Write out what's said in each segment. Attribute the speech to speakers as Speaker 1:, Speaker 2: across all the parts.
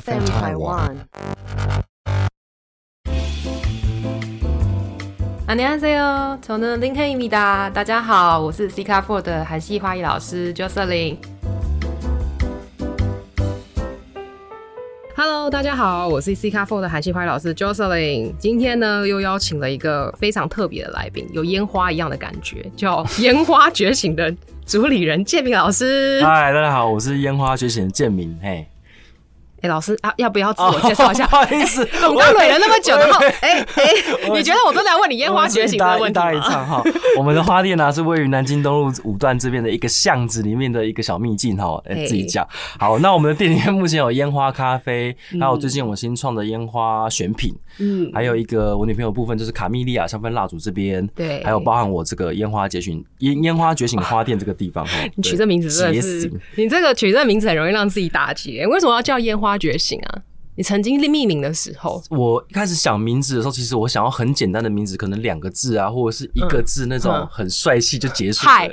Speaker 1: FM Taiwan.
Speaker 2: 안녕하세요저는링헤입니다大家好，我是 C 卡 Four 的韩系花艺老师 Jocelyn。Hello，大家好，我是 C 卡 Four 的韩系花艺老师 Jocelyn。今天呢，又邀请了一个非常特别的来宾，有烟花一样的感觉，叫《烟花觉醒》的主理人建明老 师。哎、
Speaker 3: 嗨，大家好，我是烟花觉醒的建明。嘿，
Speaker 2: 老师啊，要不要自我介绍一下？
Speaker 3: 不好意思，
Speaker 2: 我们刚蕊了那么久，然后哎哎，
Speaker 3: 哦我
Speaker 2: 你觉得我真的要问你 烟花觉醒
Speaker 3: 我
Speaker 2: 的
Speaker 3: 们
Speaker 2: 问
Speaker 3: 一
Speaker 2: 题
Speaker 3: 搭一搭一
Speaker 2: 吗？
Speaker 3: 唱哈。我们的花店呢、啊是位于南京东路五段这边的一个巷子里面的一个小秘境哈、哎
Speaker 2: 嘿
Speaker 3: 自己讲。好，那我们的店里面目前有烟花咖啡，还有最近我新创的烟花选品，
Speaker 2: 嗯，
Speaker 3: 还有一个我女朋友部分就是卡蜜利亚香氛蜡烛这边，
Speaker 2: 对
Speaker 3: 还有包含我这个烟花觉醒烟烟花觉醒花店这个地方哈。
Speaker 2: 你取
Speaker 3: 对
Speaker 2: 这名字真的
Speaker 3: 觉
Speaker 2: 是
Speaker 3: 醒，
Speaker 2: 你这个取这名字很容易让自己打结。为什么要叫烟花觉醒啊？你曾经命名的时候，
Speaker 3: 我一开始想名字的时候，其实我想要很简单的名字，可能两个字啊，或者是一个字那
Speaker 2: 嗯
Speaker 3: 种很帅气就结束的。
Speaker 2: 嗨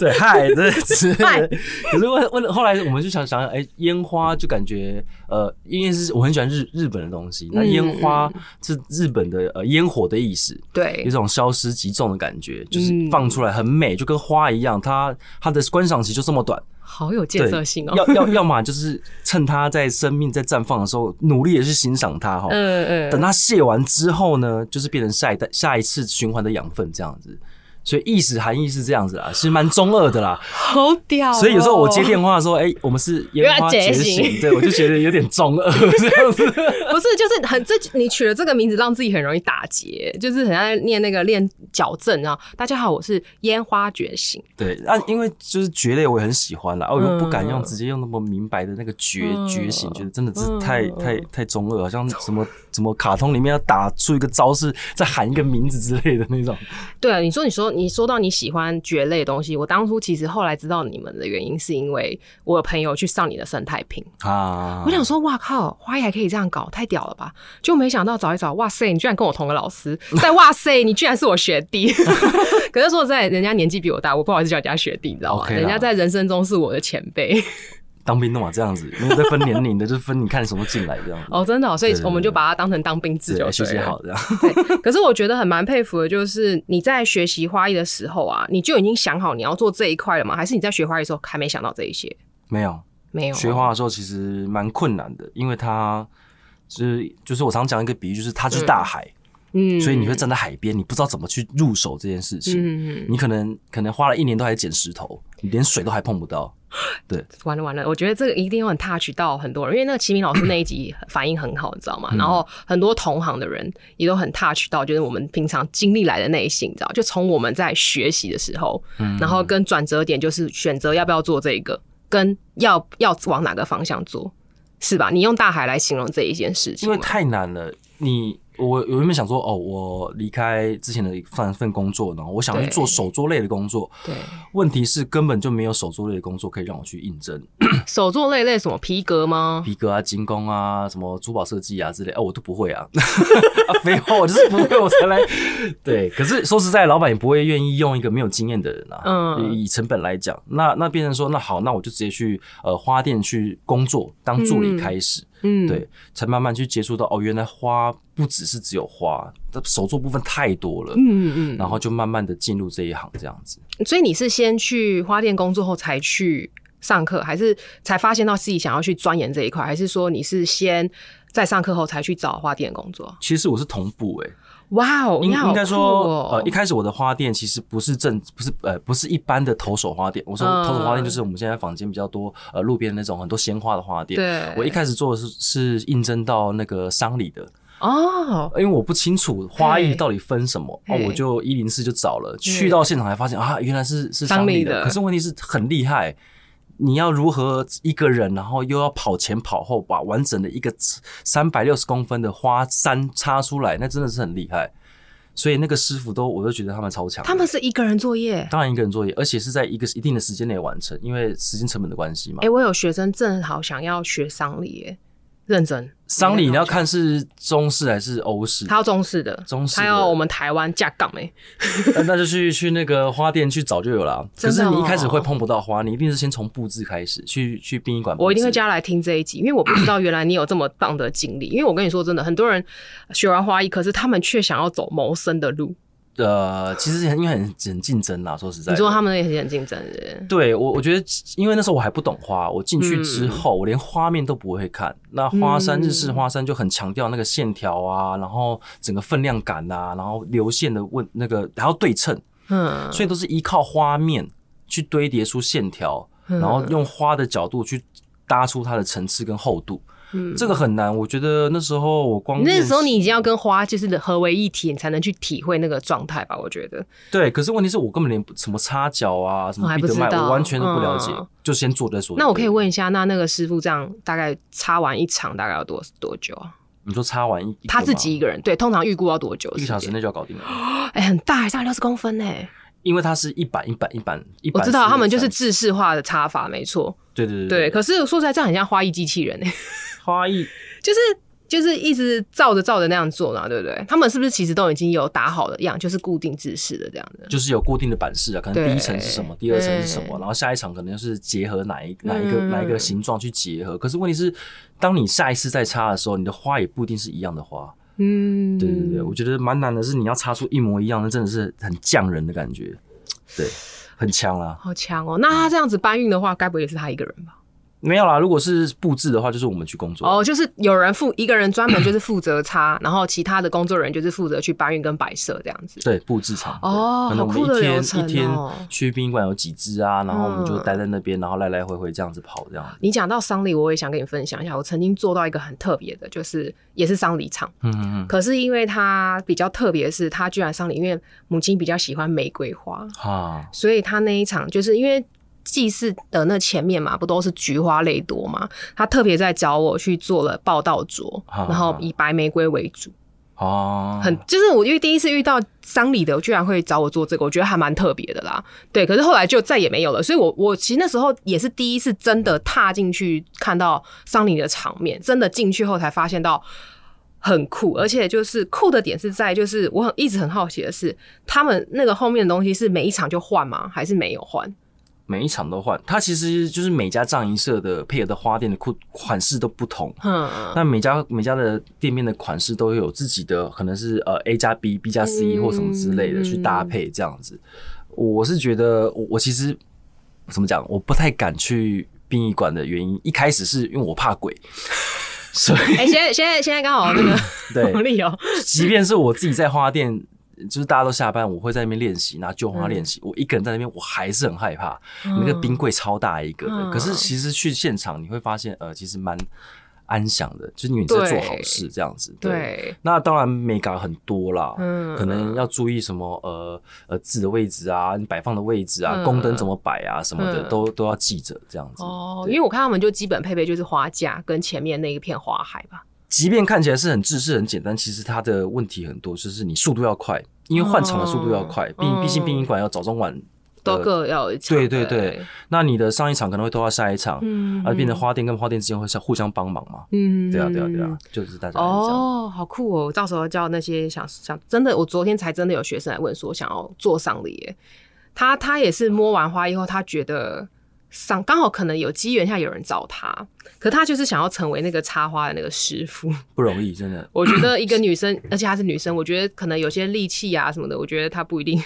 Speaker 3: 对嗨，对之类
Speaker 2: 嗨
Speaker 3: 的。可是问问后来我们就想想，哎、烟花就感觉呃，因为是我很喜欢日日本的东西，那
Speaker 2: 嗯
Speaker 3: 烟花是日本的呃烟火的意思。有
Speaker 2: 对
Speaker 3: 一，种消失即中的感觉，就是
Speaker 2: 嗯
Speaker 3: 放出来很美，就跟花一样，它它的观赏期就这么短，
Speaker 2: 好有建
Speaker 3: 对，
Speaker 2: 设性哦。
Speaker 3: 要要要么就是趁它在生命在绽放的时候，努力的去欣赏它哈。
Speaker 2: 嗯
Speaker 3: 等
Speaker 2: 嗯，
Speaker 3: 它卸完之后呢，就是变成下一代下一次循环的养分这样子。所以意思含义是这样子啦，是蛮中二的啦。
Speaker 2: 好屌哦。
Speaker 3: 所以有时候我接电话说：“哎、我们是烟花觉
Speaker 2: 不要觉
Speaker 3: 醒。
Speaker 2: 醒”
Speaker 3: 对，我就觉得有点中 二这样 子。
Speaker 2: 不是，就是很这你取了这个名字，让自己很容易打结，就是很爱念那个练矫正啊。大家好，我是烟花觉醒。
Speaker 3: 对，啊，因为就是蕨类我也很喜欢啦，啊，我又不敢用
Speaker 2: 嗯
Speaker 3: 直接用那么明白的那个觉
Speaker 2: 嗯
Speaker 3: 觉醒，觉得真的是太
Speaker 2: 嗯
Speaker 3: 太太中二，好像什么什么卡通里面要打出一个招式，再喊一个名字之类的那种。
Speaker 2: 对啊，你说你说你说到你喜欢蕨类的东西，我当初其实后来知道你们的原因，是因为我有朋友去上你的生态瓶。
Speaker 3: 啊，
Speaker 2: 我想说，哇靠，花艺还可以这样搞，太屌了吧！就没想到找一找，哇塞，你居然跟我同个老 师，在哇塞，你居然是我学弟。 可是说实在，人家年纪比我大，我不好意思叫人家学弟，你知道吗
Speaker 3: OK 啦
Speaker 2: 人家在人生中是我的前辈。
Speaker 3: 啊当兵的嘛，这样子没有在分年龄的，就是分你看什么进来这样子。
Speaker 2: 哦，真的哦、所以
Speaker 3: 对对对
Speaker 2: 我们就把他当成当兵制就
Speaker 3: 对，学
Speaker 2: 对
Speaker 3: 习
Speaker 2: 了
Speaker 3: 好这样。
Speaker 2: 对，可是我觉得很蛮佩服的，就是你在学习花艺的时候啊，你就已经想好你要做这一块了吗？还是你在学花艺的时候还没想到这一些？
Speaker 3: 没有
Speaker 2: 没有哦
Speaker 3: 学花的时候其实蛮困难的，因为它是就是我常讲一个比喻，就是它就是大海，
Speaker 2: 嗯
Speaker 3: 所以你会站在海边，你不知道怎么去入手这件事情。
Speaker 2: 嗯，
Speaker 3: 你可能可能花了一年都还捡石头，你连水都还碰不到。
Speaker 2: 完了完了，我觉得这个一定会很 touch 到很多人，因为那个齐明老师那一集反应很好，你知道吗？
Speaker 3: 嗯
Speaker 2: 然后很多同行的人也都很 touch 到，就是我们平常经历来的那一些，你知道，就从我们在学习的时候，
Speaker 3: 嗯
Speaker 2: 然后跟转折点就是选择要不要做这个，跟要要往哪个方向做，是吧？你用大海来形容这一件事情
Speaker 3: 因
Speaker 2: 吗，
Speaker 3: 为太难了。你我我原本想说，哦，我离开之前的一份份工作，然后我想去
Speaker 2: 对
Speaker 3: 做手作类的工作。
Speaker 2: 对
Speaker 3: 问题是根本就没有手作类的工作可以让我去应征，
Speaker 2: 手作类类什么皮革吗？
Speaker 3: 皮革啊、精工啊、什么珠宝设计啊之类，哦，我都不会啊。 啊废话，我就是不会，我 才来。对，可是说实在，老板也不会愿意用一个没有经验的人啊。
Speaker 2: 嗯
Speaker 3: 以以成本来讲，那那变成说，那好，那我就直接去呃花店去工作，当助理开始，
Speaker 2: 嗯，
Speaker 3: 对，才慢慢去接触到哦，原来花不只是只有花，它手作部分太多了。
Speaker 2: 嗯嗯
Speaker 3: 然后就慢慢的进入这一行，这样子。
Speaker 2: 嗯，所以你是先去花店工作后才去上课，还是才发现到自己想要去钻研这一块，还是说你是先在上课后才去找花店工作？
Speaker 3: 其实我是同步诶、欸
Speaker 2: 哇哦，
Speaker 3: 应
Speaker 2: 你好
Speaker 3: 应该说
Speaker 2: 酷，哦
Speaker 3: 呃，一开始我的花店其实不是正，不是呃，不是一般的投手花店。我说
Speaker 2: 嗯
Speaker 3: 投手花店就是我们现在房间比较多，呃，路边那种很多鲜花的花店。
Speaker 2: 对
Speaker 3: 我一开始做的是是应征到那个商里的，
Speaker 2: 哦，
Speaker 3: 因为我不清楚花艺
Speaker 2: 嘿
Speaker 3: 到底分什么，哦
Speaker 2: 嘿，
Speaker 3: 我就一零四就找了，去到现场才发现啊，原来是是
Speaker 2: 嗯商
Speaker 3: 商
Speaker 2: 里
Speaker 3: 里
Speaker 2: 的
Speaker 3: 的。可是问题是很厉害，你要如何一个人，然后又要跑前跑后，把完整的一个三百六十公分的花山插出来，那真的是很厉害。所以那个师傅都，我都觉得他们超强的。
Speaker 2: 他们是一个人作业。
Speaker 3: 当然一个人作业，而且是在一个一定的时间内完成，因为时间成本的关系嘛
Speaker 2: 哎、。我有学生正好想要学丧礼耶，认真。
Speaker 3: 丧礼你要看是中式还是欧式？
Speaker 2: 他要中式的，
Speaker 3: 中式的
Speaker 2: 他要我们台湾架杠哎、
Speaker 3: 那那就去去那个花店去找就有啦。可
Speaker 2: 真的
Speaker 3: 是
Speaker 2: 哦
Speaker 3: 你一开始会碰不到花，你一定是先从布置开始，去去殡仪馆。
Speaker 2: 我一定会。加来听这一集，因为我不知道原来你有这么棒的经历。因为我跟你说真的，很多人学完花艺，可是他们却想要走谋生的路。
Speaker 3: 呃，其实很因为很很竞争啦，说实在的。
Speaker 2: 你说他们也是很竞争的人，
Speaker 3: 对我，我觉得因为那时候我还不懂花，我进去之后、我连花面都不会看。那花山、
Speaker 2: 嗯
Speaker 3: 日式花山就很强调那个线条啊，然后整个分量感啊，然后流线的问那个，还要对称，
Speaker 2: 嗯，
Speaker 3: 所以都是依靠花面去堆叠出线条，
Speaker 2: 嗯
Speaker 3: 然后用花的角度去搭出它的层次跟厚度。
Speaker 2: 嗯
Speaker 3: 这个很难，我觉得那时候我光
Speaker 2: 那
Speaker 3: 练
Speaker 2: 时候你已
Speaker 3: 习
Speaker 2: 经要跟花就是合为一体，你才能去体会那个状态吧？我觉得，
Speaker 3: 对，可是问题是我根本连什么插脚啊、什
Speaker 2: 我
Speaker 3: 么
Speaker 2: 还
Speaker 3: 彼
Speaker 2: 不
Speaker 3: 得
Speaker 2: 知
Speaker 3: 麦，我
Speaker 2: 道
Speaker 3: 完全都不了解，
Speaker 2: 嗯
Speaker 3: 就先做再说。
Speaker 2: 那我可以问一下，那那个师傅这样大概插完一场大概要多多久啊？
Speaker 3: 你说插完一
Speaker 2: 他自己
Speaker 3: 一
Speaker 2: 一
Speaker 3: 个
Speaker 2: 个人对，通常预估要多久？
Speaker 3: 吗一个小时，内就要搞定了，
Speaker 2: 哎、很大，三百六十公分呢、
Speaker 3: 因为它是一版一版一版一
Speaker 2: 我
Speaker 3: 版。
Speaker 2: 知道他们就是制式化的插法，没错。
Speaker 3: 对对
Speaker 2: 对，
Speaker 3: 对
Speaker 2: 可是说出来这样很像花艺机器人、欸，
Speaker 3: 花艺
Speaker 2: 就是就是一直照着照着那样做嘛，对不对？他们是不是其实都已经有打好的样，就是固定制式的这样的？
Speaker 3: 就是有固定的版式啊，可能
Speaker 2: 对
Speaker 3: 第一层是什么，第二层是什
Speaker 2: 对
Speaker 3: 么，然后下一场可能就是结合哪一哪一个
Speaker 2: 嗯
Speaker 3: 哪一个形状去结合。可是问题是，当你下一次再插的时候，你的花也不一定是一样的花。
Speaker 2: 嗯，
Speaker 3: 对对对，我觉得蛮难的是，你要插出一模一样，那真的是很匠人的 感觉，对，很强啦。
Speaker 2: 好强哦！那他这样子搬运的话，该不会也是他一个人吧？
Speaker 3: 没有啦，如果是布置的话，就是我们去工作。
Speaker 2: 哦，就是有人负一个人专门就是负责 插，然后其他的工作人员就是负责去搬运跟摆设这样子。
Speaker 3: 对，布置场。对
Speaker 2: 哦
Speaker 3: 可能
Speaker 2: 好
Speaker 3: 我们
Speaker 2: 酷的
Speaker 3: 一天
Speaker 2: 流程
Speaker 3: 一天
Speaker 2: 哦
Speaker 3: 去殡仪馆有几只啊，然后我们就
Speaker 2: 嗯
Speaker 3: 待在那边，然后来来回回这样子跑，这样子。
Speaker 2: 你讲到丧礼，我也想跟你分享一下，我曾经做到一个很特别的，就是也是丧礼场，
Speaker 3: 嗯嗯嗯。
Speaker 2: 可是因为它比较特别的是，它居然丧礼，因为母亲比较喜欢玫瑰花，
Speaker 3: 哈，
Speaker 2: 所以他那一场就是因为祭祀的那前面嘛，不都是菊花类多嘛？他特别在找我去做了报道桌，
Speaker 3: 啊
Speaker 2: 然后以白玫瑰为主，
Speaker 3: 哦，
Speaker 2: 很就是我因为第一次遇到丧礼的，居然会找我做这个，我觉得还蛮特别的啦。对，可是后来就再也没有了，所以我我其实那时候也是第一次真的踏进去看到丧礼的场面，真的进去后才发现到。很酷，而且就是酷的点是在，就是我很一直很好奇的是，他们那个后面的东西是每一场就换吗？还是没有换？
Speaker 3: 每一场都换，它其实就是每家葬仪社的配合的花店的款款式都不同。
Speaker 2: 嗯，
Speaker 3: 那每家每家的店面的款式都有自己的，可能是呃 A 加 B、B 加 C
Speaker 2: 嗯
Speaker 3: 或什么之类的去搭配这样子。我是觉得我我其实怎么讲，我不太敢去殡仪馆的原因，一开始是因为我怕鬼，所以
Speaker 2: 哎、现在现在现在刚 好那个
Speaker 3: 对
Speaker 2: 红利哦，
Speaker 3: 即便是我自己在花店，就是大家都下班，我会在那边练习拿旧花练
Speaker 2: 嗯
Speaker 3: 习。我一个人在那边，我还是很害怕。那个冰柜超大一个的，
Speaker 2: 嗯
Speaker 3: 可是其实去现场你会发现，呃，其实蛮安详的，就是你在做好事这样子。
Speaker 2: 对，
Speaker 3: 那当然美感很多啦，
Speaker 2: 嗯
Speaker 3: 可能要注意什么呃呃字的位置啊，你摆放的位置啊，
Speaker 2: 嗯
Speaker 3: 宫灯怎么摆啊什么的，
Speaker 2: 嗯
Speaker 3: 都都要记着这样子。
Speaker 2: 哦，
Speaker 3: 对
Speaker 2: 因为我看他们就基本配备就是花架跟前面那一片花海吧。
Speaker 3: 即便看起来是很制式、很简单，其实它的问题很多，就是你速度要快，因为换场的速度要快，毕、
Speaker 2: 嗯
Speaker 3: 毕竟殡仪馆要早中晚
Speaker 2: 都
Speaker 3: 呃
Speaker 2: 各要一场
Speaker 3: 对对对，那你的上一场可能会拖到下一场，
Speaker 2: 嗯
Speaker 3: 而变成花店跟花店之间会相互相帮忙嘛？
Speaker 2: 嗯，
Speaker 3: 对啊，对啊，对啊，就是大家这样。
Speaker 2: 哦，好酷哦！我到时候叫那些想想真的，我昨天才真的有学生来问说想要做丧礼耶，他他也是摸完花以后，他觉得丧刚好可能有机缘下有人找他，可他就是想要成为那个插花的那个师傅。
Speaker 3: 不容易，真的。
Speaker 2: 我觉得一个女生，而且她是女生，我觉得可能有些力气啊什么的，我觉得她不一定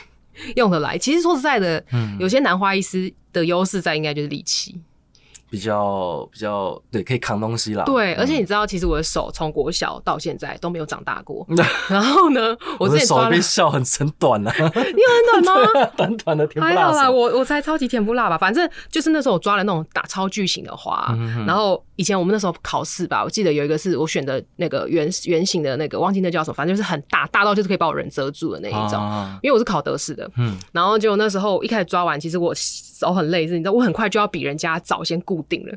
Speaker 2: 用得来。其实说实在的，
Speaker 3: 嗯
Speaker 2: 有些男花艺师的优势在应该就是力气。
Speaker 3: 比较比较对，可以扛东西啦。
Speaker 2: 对，而且
Speaker 3: 嗯
Speaker 2: 你知道，其实我的手从国小到现在都没有长大 过。然后呢，
Speaker 3: 我
Speaker 2: 我之
Speaker 3: 的
Speaker 2: 前
Speaker 3: 手
Speaker 2: 抓了，
Speaker 3: 被
Speaker 2: 你
Speaker 3: 笑很很短啊，
Speaker 2: 有很短 吗？
Speaker 3: 短短的甜不
Speaker 2: 还好
Speaker 3: 辣
Speaker 2: 啦，
Speaker 3: 手。
Speaker 2: 我我才超级甜不辣吧，反正就是那时候我抓了那种打超巨型的花，
Speaker 3: 嗯
Speaker 2: 然后以前我们那时候考试吧，我记得有一个是我选的那个圆圆形的那个，忘记那叫什么，反正就是很大，大到就是可以把我人遮住的那一种。
Speaker 3: 啊
Speaker 2: 因为我是考德式的，
Speaker 3: 嗯
Speaker 2: 然后结果那时候一开始抓完，其实我手很累，是你知道，我很快就要比人家早先固定了。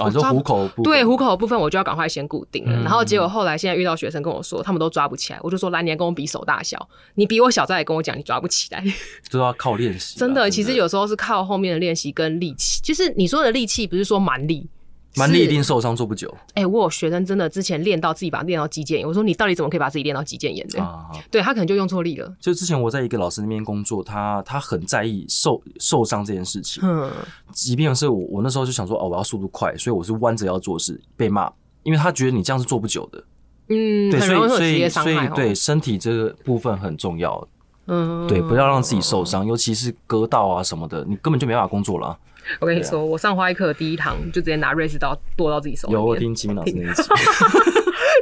Speaker 3: 哦，你说
Speaker 2: 抓不
Speaker 3: 虎口部分
Speaker 2: 对虎口的部分，我就要赶快先固定了。
Speaker 3: 嗯
Speaker 2: 然后结果后来现在遇到学生跟我说，他们都抓不起来，我就说来，你来跟我比手大小，你比我小再来跟我讲你抓不起来。
Speaker 3: 都要靠练习啦。啊
Speaker 2: 真的，其实有时候是靠后面的练习跟力气，就是你说的力气，不是说蛮力。
Speaker 3: 蛮力一定受伤做不久
Speaker 2: 哎、我有学生真的之前练到自己把它练到肌腱炎，我说你到底怎么可以把自己练到肌腱炎的？
Speaker 3: 啊。
Speaker 2: 对他可能就用错力了。
Speaker 3: 就之前我在一个老师那边工作，他他很在意受受伤这件事情，
Speaker 2: 嗯，
Speaker 3: 即便是我我那时候就想说哦，我要速度快，所以我是弯着腰做事，被骂，因为他觉得你这样是做不久的。
Speaker 2: 嗯，
Speaker 3: 对，
Speaker 2: 很
Speaker 3: 所
Speaker 2: 容易会有
Speaker 3: 以所
Speaker 2: 职
Speaker 3: 以
Speaker 2: 业伤
Speaker 3: 所以
Speaker 2: 害哦。
Speaker 3: 对身体这个部分很重要，
Speaker 2: 嗯，
Speaker 3: 对，不要让自己受伤，尤其是割到啊什么的，你根本就没办法工作了啊。
Speaker 2: 我跟你
Speaker 3: 对啊
Speaker 2: 说，我上花艺课的第一堂就直接拿瑞士刀剁到自己手里
Speaker 3: 有我
Speaker 2: 面。
Speaker 3: 听齐明老师那一集，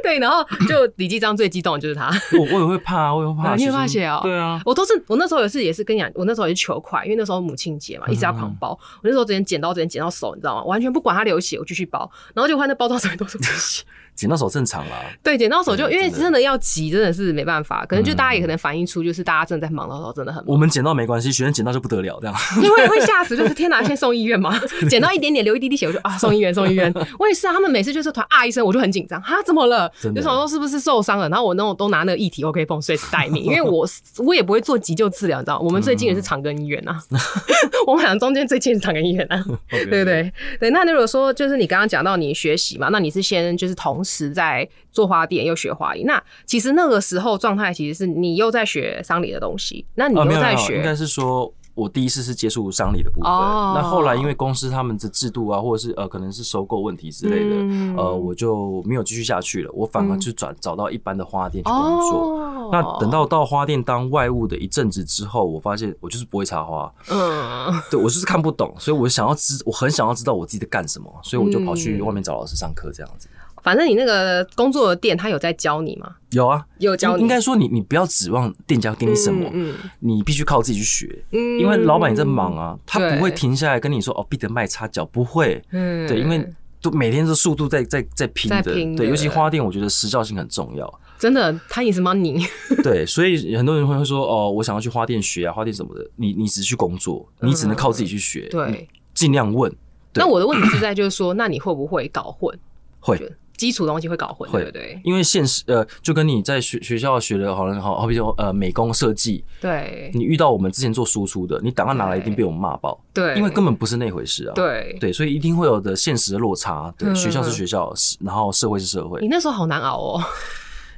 Speaker 2: 对，然后就李继章最激动的就是他。
Speaker 3: 我我也会怕啊，我也会怕
Speaker 2: 啊
Speaker 3: 血腥，
Speaker 2: 你也怕血哦
Speaker 3: 对啊，
Speaker 2: 我都是我那时候有一次也是跟你讲，我那时候也是求快，因为那时候母亲节嘛，
Speaker 3: 嗯
Speaker 2: 一直要狂包。我那时候直接剪刀直接剪到手，你知道吗？完全不管它流血，我继续包，然后就换那包装上面都是流 血。
Speaker 3: 剪到手正常啦，
Speaker 2: 对，剪刀手就
Speaker 3: 嗯
Speaker 2: 因为
Speaker 3: 真的
Speaker 2: 真的要急，真的是没办法。可能就
Speaker 3: 嗯
Speaker 2: 大家也可能反映出，就是大家真的在忙的时候真的很忙，
Speaker 3: 我们剪到没关系，学生剪到就不得了这 样。
Speaker 2: 因为会吓死，就是天哪，先送医院 嘛，剪到一点点流一滴滴血，我就啊送医院送医院。我也是啊，他们每次就是突然啊一声，我就很紧张，哈怎么了？
Speaker 3: 真
Speaker 2: 就
Speaker 3: 的
Speaker 2: 想说是不是受伤了？然后我那种都拿那个液体 OK 绷随时待命，因为我我也不会做急救治疗，你知道吗？我们最近也是长庚医院啊，
Speaker 3: 嗯
Speaker 2: 我们俩中间最近是长庚医院 啊。对对对，那如果说就是你刚刚讲到你学习嘛，那你是先就是同时在做花店又学花艺，那其实那个时候状态其实是你又在学丧礼的东西，那你又
Speaker 3: 啊，没有没
Speaker 2: 在
Speaker 3: 有，应该
Speaker 2: 学
Speaker 3: 是说我第一次是接触丧礼的部分。
Speaker 2: 哦
Speaker 3: 那后来因为公司他们的制度啊，或者是呃可能是收购问题之类的，
Speaker 2: 嗯
Speaker 3: 呃我就没有继续下去了，我反而就转、找到一般的花店去工作。
Speaker 2: 哦
Speaker 3: 那等到到花店当外务的一阵子之后，我发现我就是不会插花，
Speaker 2: 嗯
Speaker 3: 对我就是看不懂，所以我想要知，我很想要知道我自己在干什么，所以我就跑去
Speaker 2: 嗯
Speaker 3: 外面找老师上课这样子。，
Speaker 2: 反正你那个工作的店，他有在教你吗？
Speaker 3: 有啊，
Speaker 2: 有教你，
Speaker 3: 应该说你你不要指望店家给你什么，
Speaker 2: 嗯嗯
Speaker 3: 你必须靠自己去学。
Speaker 2: 嗯
Speaker 3: 因为老板也在忙，啊，他
Speaker 2: 对
Speaker 3: 不会停下来跟你说哦，必得卖擦脚，不会。
Speaker 2: 嗯
Speaker 3: 对，因为都每天的速度在在在拼
Speaker 2: 在
Speaker 3: 的，
Speaker 2: 拼
Speaker 3: 对，
Speaker 2: 的
Speaker 3: 尤其花店，我觉得时效性很重要。
Speaker 2: 真的 time is money，
Speaker 3: 对，所以很多人会说哦，我想要去花店学啊，花店什么的，你你只是去工作，你只能靠自己去学，
Speaker 2: 嗯对。
Speaker 3: 尽量问，嗯对
Speaker 2: 那我的问题是在就是说，那你会不会搞混？
Speaker 3: 会
Speaker 2: 就基础东西会搞混，
Speaker 3: 会
Speaker 2: 对不对？
Speaker 3: 因为现实呃，就跟你在学学校学的，好像好好比说呃美工设计，
Speaker 2: 对
Speaker 3: 你遇到我们之前做输出的，你档案拿来一定被我们骂爆，
Speaker 2: 对，
Speaker 3: 因为根本不是那回事啊。。
Speaker 2: 对。
Speaker 3: 对，所以一定会有的现实的落差。对，
Speaker 2: 嗯
Speaker 3: 学校是学校，是然后社会是社会
Speaker 2: 你。那时候好难熬哦，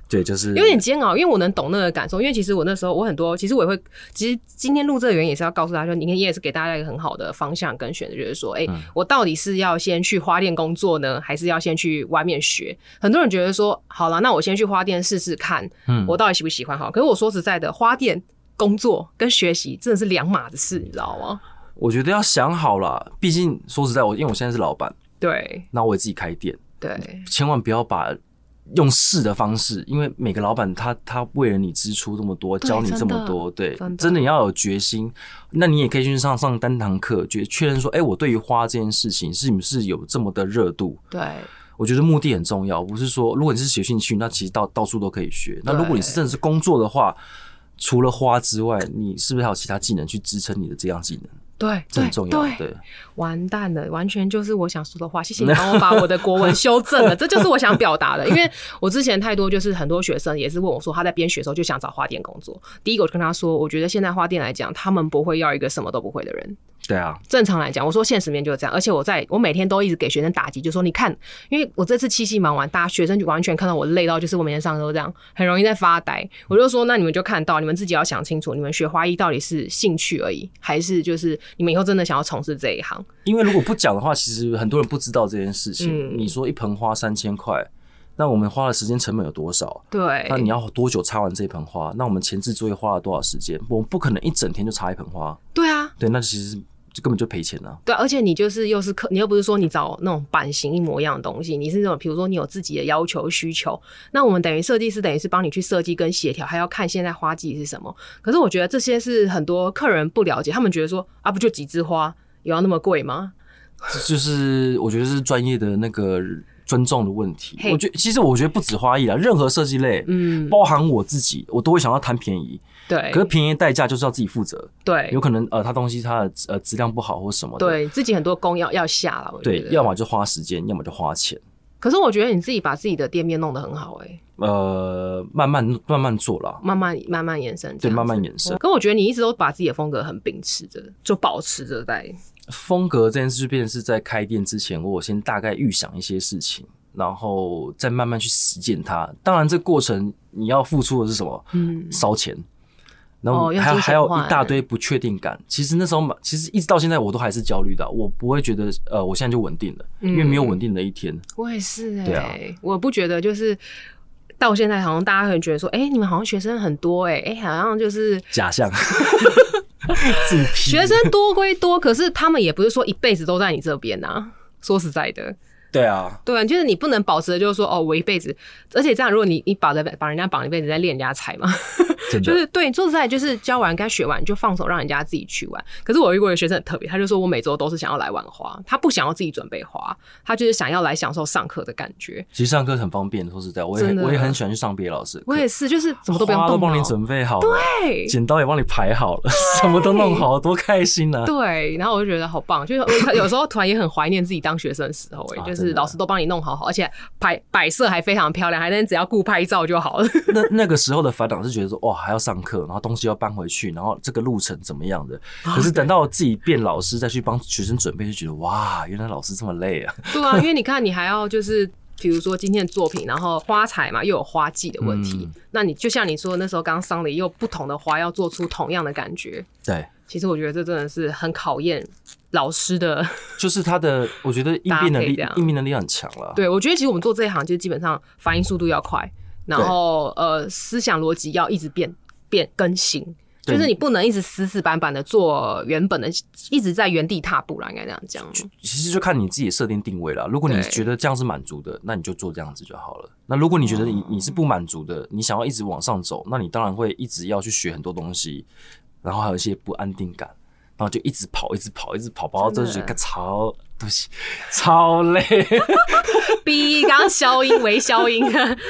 Speaker 3: 对，就是
Speaker 2: 有点煎熬，因为我能懂那个感受。因为其实我那时候我很多，其实我也会，其实今天录这个原因也是要告诉大家，你看也是给大家一个很好的方向跟选择，就是说，哎、
Speaker 3: 嗯
Speaker 2: 我到底是要先去花店工作呢，还是要先去外面学？很多人觉得说，好了，那我先去花店试试看，
Speaker 3: 嗯
Speaker 2: 我到底喜不喜欢好？可是我说实在的，花店工作跟学习真的是两码子事，你知道吗？
Speaker 3: 我觉得要想好啦，毕竟说实在，我因为我现在是老板，
Speaker 2: 对
Speaker 3: 那我也自己开店，
Speaker 2: 对，
Speaker 3: 千万不要把用试的方式，因为每个老板他他为了你支出这么多，
Speaker 2: 对
Speaker 3: 教你
Speaker 2: 真
Speaker 3: 这么
Speaker 2: 的
Speaker 3: 多，对，
Speaker 2: 真的
Speaker 3: 真的你要有决心。那你也可以去上上单堂课，确确认说，哎、我对于花这件事情是不是有这么的热度？
Speaker 2: 对，
Speaker 3: 我觉得目的很重要，不是说如果你是学兴趣，那其实到到处都可以学。那如果你是真的是工作的话，除了花之外，你是不是还有其他技能去支撑你的这样技能？
Speaker 2: 对，
Speaker 3: 这很重要。
Speaker 2: 对，
Speaker 3: 对，
Speaker 2: 完蛋了，完全就是我想说的话。谢谢你帮我把我的国文修正了，这就是我想表达的。因为我之前太多就是很多学生也是问我说，他在边学的时候就想找花店工作。第一个我就跟他说，我觉得现在花店来讲，他们不会要一个什么都不会的人。
Speaker 3: 对啊，
Speaker 2: 正常来讲，我说现实面就是这样。而且我在我每天都一直给学生打击，就说你看，因为我这次七夕忙完，大家学生就完全看到我累到，就是我每天上课都这样，很容易在发呆。我就说，那你们就看到，你们自己要想清楚，你们学花艺到底是兴趣而已，还是就是你们以后真的想要从事这一行？
Speaker 3: 因为如果不讲的话，其实很多人不知道这件事情。
Speaker 2: 嗯
Speaker 3: 你说一盆花三千块，那我们花的时间成本有多少？
Speaker 2: 对，
Speaker 3: 那你要多久插完这盆花？那我们前置作业花了多少时间？我们不可能一整天就插一盆花，
Speaker 2: 对啊，
Speaker 3: 对，那其实就根本就赔钱了、
Speaker 2: 对啊，而且你就是又是客，你又不是说你找那种版型一模一样的东西，你是那种比如说你有自己的要求需求，那我们等于设计师等于是帮你去设计跟协调，还要看现在花季是什么。可是我觉得这些是很多客人不了解，他们觉得说啊，不就几枝花，有要那么贵吗？
Speaker 3: 这就是我觉得是专业的那个尊重的问题。
Speaker 2: 嘿
Speaker 3: 我觉得其实我觉得不止花艺啦，任何设计类，
Speaker 2: 嗯，
Speaker 3: 包含我自己，我都会想要贪便宜。
Speaker 2: 对
Speaker 3: 哦可，是便宜的代价就是要自己负责，
Speaker 2: 对
Speaker 3: 有，可能呃，它东西它的呃质量不好或什么的，
Speaker 2: 对自己很多工要要下了，我觉
Speaker 3: 对，
Speaker 2: 得。
Speaker 3: 要么就花时间，要么就花钱。
Speaker 2: 可是我觉得你自己把自己的店面弄得很好、欸，
Speaker 3: 呃，慢慢慢慢做啦，
Speaker 2: 慢慢慢慢延伸，嗯
Speaker 3: 对，慢慢。延伸。
Speaker 2: 可我觉得你一直都把自己的风格很秉持着，就保持着在
Speaker 3: 风格这件事，就变成是在开店之前，我先大概预想一些事情，然后再慢慢去实践它。当然，这过程你要付出的是什么？
Speaker 2: 嗯，
Speaker 3: 烧钱，然后
Speaker 2: 哦要
Speaker 3: 还有
Speaker 2: 金钱
Speaker 3: 还有
Speaker 2: 化
Speaker 3: 一大堆不确定感。其实那时候嘛，其实一直到现在我都还是焦虑的啊，我不会觉得呃我现在就稳定了，
Speaker 2: 嗯
Speaker 3: 因为没有稳定的一天。
Speaker 2: 我也是哎、
Speaker 3: 对啊
Speaker 2: 我不觉得就是到现在好像大家很觉得说，哎、你们好像学生很多哎、哎、好像就是
Speaker 3: 假象，自批
Speaker 2: 学生多归多，可是他们也不是说一辈子都在你这边呐、说实在的，
Speaker 3: 对啊，
Speaker 2: 对啊，就是你不能保持的，就是说哦，我一辈子，而且这样，如果你你绑着把人家绑一辈子在练人家财嘛，
Speaker 3: 真的
Speaker 2: 就是对，做实在就是教完该学完你就放手，让人家自己去玩。可是我有一个学生很特别，他就说我每周都是想要来玩花，他不想要自己准备花，他就是想要来享受上课的感觉。
Speaker 3: 其实上课很方便，说实在，我也
Speaker 2: 真
Speaker 3: 很
Speaker 2: 的
Speaker 3: 我也很喜欢去上别的老师的课，
Speaker 2: 我也是，就是怎么都不用
Speaker 3: 花
Speaker 2: 动
Speaker 3: 帮你
Speaker 2: 脑
Speaker 3: 准备好了，
Speaker 2: 对
Speaker 3: 剪刀也帮你排好了，什么都弄好了，多开心啊！
Speaker 2: 对，然后我就觉得好棒，就是我有时候突然也很怀念自己当学生的时候、 欸，
Speaker 3: 啊
Speaker 2: 就
Speaker 3: 真
Speaker 2: 是
Speaker 3: 的
Speaker 2: 老师都帮你弄好好，而且摆摆设还非常漂亮，还能只要顾拍照就好了。
Speaker 3: 那那个时候的烦恼是觉得说，哇，还要上课，然后东西要搬回去，然后这个路程怎么样的。
Speaker 2: 啊
Speaker 3: 可是等到我自己变老师，再去帮学生准备，就觉得哇，原来老师这么累啊！
Speaker 2: 对啊，因为你看，你还要就是。比如说今天的作品，然后花材嘛，又有花季的问题。那你就像你说的那时候刚桑里，又不同的花要做出同样的感觉。
Speaker 3: 对，
Speaker 2: 其实我觉得这真的是很考验老师的。
Speaker 3: 就是他的，我觉得应变能
Speaker 2: 搭配
Speaker 3: 力
Speaker 2: 这样，
Speaker 3: 应变能力很强了。，
Speaker 2: 对我觉得其实我们做这一行，就是基本上反应速度要快，然后呃思想逻辑要一直变变更新。
Speaker 3: 对
Speaker 2: 就是你不能一直死死板板的做原本的，一直在原地踏步啦，应该这样讲。
Speaker 3: 其实就看你自己的设定定位了。如果你
Speaker 2: 对
Speaker 3: 觉得这样是满足的，那你就做这样子就好了。那如果你觉得你你是不满足的，你想要一直往上走，那你当然会一直要去学很多东西，然后还有一些不安定感，然后就一直跑，一直跑，一直跑，跑到
Speaker 2: 真
Speaker 3: 这
Speaker 2: 的
Speaker 3: 就觉得超对不起，超累。
Speaker 2: B 刚刚消音微消音，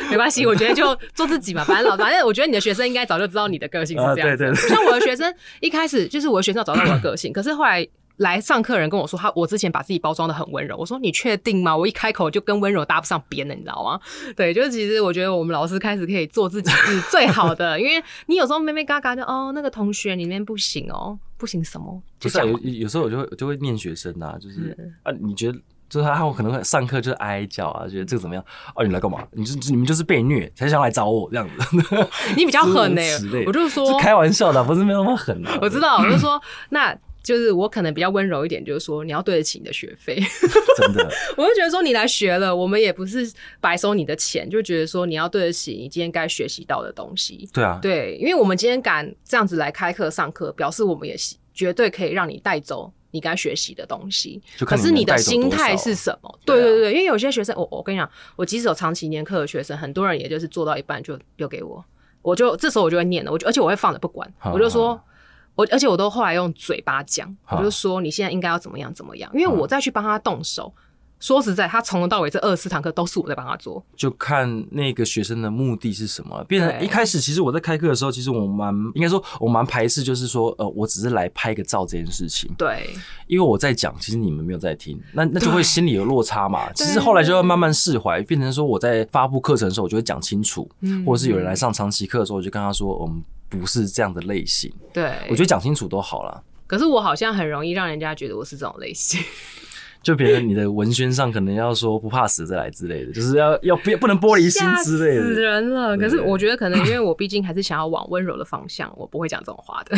Speaker 2: 没关系，我觉得就做自己嘛，反正老反正我觉得你的学生应该早就知道你的个性是这样子。
Speaker 3: 啊对对对
Speaker 2: 像我的学生一开始就是我的学生要找到我的个性，可是后来。来上课的人跟我说，他我之前把自己包装的很温柔。我说你确定吗？我一开口就跟温柔搭不上边了，你知道吗？对，就是其实我觉得我们老师开始可以做自己是最好的，因为你有时候妹妹嘎嘎的哦，那个同学里面不行哦，不行什么？ 就
Speaker 3: 不、
Speaker 2: 是
Speaker 3: 啊、
Speaker 2: 讲
Speaker 3: 有有时候我就会我就会念学生啊，就是、啊，你觉得就是他可能会上课就是哀叫啊，觉得这个怎么样？哦、你来干嘛？你就你们就是被虐才想来找我 这样子，
Speaker 2: 你比较狠呢、
Speaker 3: 诸如此类
Speaker 2: 我就说
Speaker 3: 是开玩笑的啊，不是没有那么狠 啊。
Speaker 2: 我知道，我就说，那就是我可能比较温柔一点，就是说你要对得起你的学费。
Speaker 3: 真的，
Speaker 2: 我就觉得说你来学了，我们也不是白收你的钱，就觉得说你要对得起你今天该学习到的东西。
Speaker 3: 对啊，
Speaker 2: 对，因为我们今天敢这样子来开课上课，表示我们也是绝对可以让你带走。你该学习的东西，
Speaker 3: 就
Speaker 2: 可
Speaker 3: 看
Speaker 2: 是
Speaker 3: 你
Speaker 2: 你
Speaker 3: 能
Speaker 2: 的
Speaker 3: 带走
Speaker 2: 心
Speaker 3: 多
Speaker 2: 态
Speaker 3: 少
Speaker 2: 是什么？
Speaker 3: 对
Speaker 2: 对
Speaker 3: 啊
Speaker 2: 对对，因为有些学生，我我跟你讲，我即使有长期年课的学生，很多人也就是做到一半就留给我，我就这时候我就会念了，我就而且我会放着不管，
Speaker 3: 啊
Speaker 2: 我就说，我而且我都后来用嘴巴讲，
Speaker 3: 啊
Speaker 2: 我就说你现在应该要怎么样怎么样，因为我再去帮他动手。说实在，他从头到尾这二十四堂课都是我在帮他做，
Speaker 3: 就看那个学生的目的是什么。变成
Speaker 2: 对
Speaker 3: 一开始，其实我在开课的时候，其实我蛮应该说，我蛮排斥，就是说，呃，我只是来拍个照这件事情，
Speaker 2: 对，
Speaker 3: 因为我在讲，其实你们没有在听，那那就
Speaker 2: 对
Speaker 3: 会心里有落差嘛。其实
Speaker 2: 对
Speaker 3: 后来就要慢慢释怀，变成说我在发布课程的时候，我就会讲清楚，
Speaker 2: 嗯
Speaker 3: 或者是有人来上长期课的时候，我就跟他说，我们不是这样的类型。
Speaker 2: 嗯对，
Speaker 3: 我觉得讲清楚都好了。
Speaker 2: 可是我好像很容易让人家觉得我是这种类型，
Speaker 3: 就别人你的文宣上可能要说不怕死再来之类的，就是要要不不能玻璃心
Speaker 2: 吓
Speaker 3: 之类
Speaker 2: 死
Speaker 3: 的。
Speaker 2: 人了。可
Speaker 3: 对
Speaker 2: 是我觉得可能因为我毕竟还是想要往温柔的方向， 我不会讲这种话的，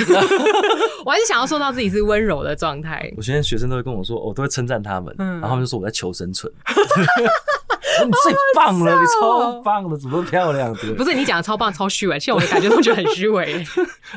Speaker 2: 我还是想要说到自己是温柔的状 态。
Speaker 3: 我现在学生都会跟我说，我都会称赞他们，
Speaker 2: 嗯
Speaker 3: 然后他们就说我在求生存。 你最棒了，你
Speaker 2: 哦
Speaker 3: 超棒了，怎么漂亮？对
Speaker 2: 不是你讲的超棒、超虚伪，现在我的感觉都觉得很虚 伪，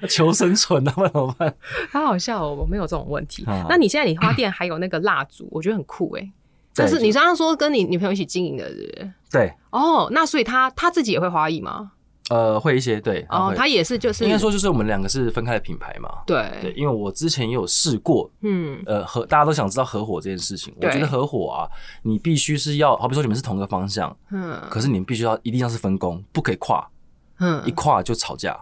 Speaker 3: 求生存啊，不然怎么办？
Speaker 2: 好好笑哦！我没有这种问题。
Speaker 3: 啊
Speaker 2: 那你现在你花店还有那个蜡烛，我觉得很酷哎。但是
Speaker 3: 对
Speaker 2: 你刚刚说跟你女朋友一起经营的，对不对？
Speaker 3: 对，
Speaker 2: 哦，那所以她她自己也会花艺吗？
Speaker 3: 呃，会一些对，
Speaker 2: 哦，
Speaker 3: 他
Speaker 2: 她也是，就是
Speaker 3: 应该说就是我们两个是分开的品牌嘛。对，
Speaker 2: 对，
Speaker 3: 因为我之前也有试过，
Speaker 2: 嗯，
Speaker 3: 呃，合大家都想知道合伙这件事情，我
Speaker 2: 对
Speaker 3: 觉得合伙啊，你必须是要，好比说你们是同一个方向，
Speaker 2: 嗯
Speaker 3: 可是你们必须要一定要是分工，不可以跨，一
Speaker 2: 嗯，
Speaker 3: 跨就吵架，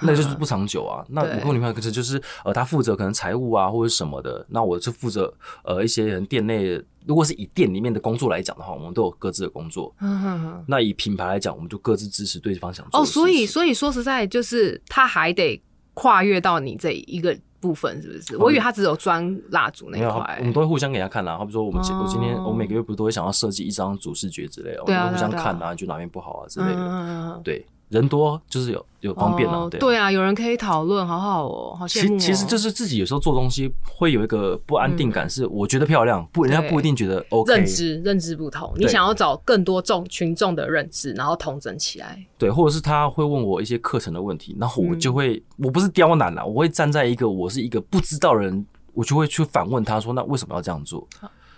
Speaker 3: 那就是不长久啊。那
Speaker 2: 对
Speaker 3: 我跟我女朋友可是就是呃，她负责可能财务啊或者什么的，那我是负责呃一些人店内，如果是以店里面的工作来讲的话，我们都有各自的工作。
Speaker 2: 嗯嗯嗯
Speaker 3: 那以品牌来讲，我们就各自支持对方想做
Speaker 2: 哦，
Speaker 3: 的事情
Speaker 2: 所以所以说实在，就是他还得跨越到你这一个部分，是不是？我以为他只有装蜡烛那
Speaker 3: 没
Speaker 2: 一
Speaker 3: 有，
Speaker 2: 块
Speaker 3: 他我们。都会互相给他看啦。啊好比说，我们今我今天
Speaker 2: 哦
Speaker 3: 我每个月不是都会想要设计一张主视觉之类的，我
Speaker 2: 对
Speaker 3: 们
Speaker 2: 啊
Speaker 3: 会互相
Speaker 2: 对啊
Speaker 3: 看
Speaker 2: 对
Speaker 3: 啊，就哪边不好啊之类的。
Speaker 2: 嗯，
Speaker 3: 对，人多就是有有方便啊
Speaker 2: 哦，
Speaker 3: 对啊。
Speaker 2: 对啊，有人可以讨论，好好哦，好羡
Speaker 3: 其
Speaker 2: 慕哦。嗯
Speaker 3: 其实就是自己有时候做东西会有一个不安定感，是我觉得漂亮，不人家
Speaker 2: 对
Speaker 3: 不一定觉得 OK。
Speaker 2: 认知认知不同，你
Speaker 3: 对
Speaker 2: 想要找更多众群众的认知，然后统整起来。
Speaker 3: 对，或者是他会问我一些课程的问题，然后我
Speaker 2: 嗯
Speaker 3: 就会，我不是刁难啦，我会站在一个我是一个不知道的人，我就会去反问他说，那为什么要这 样做？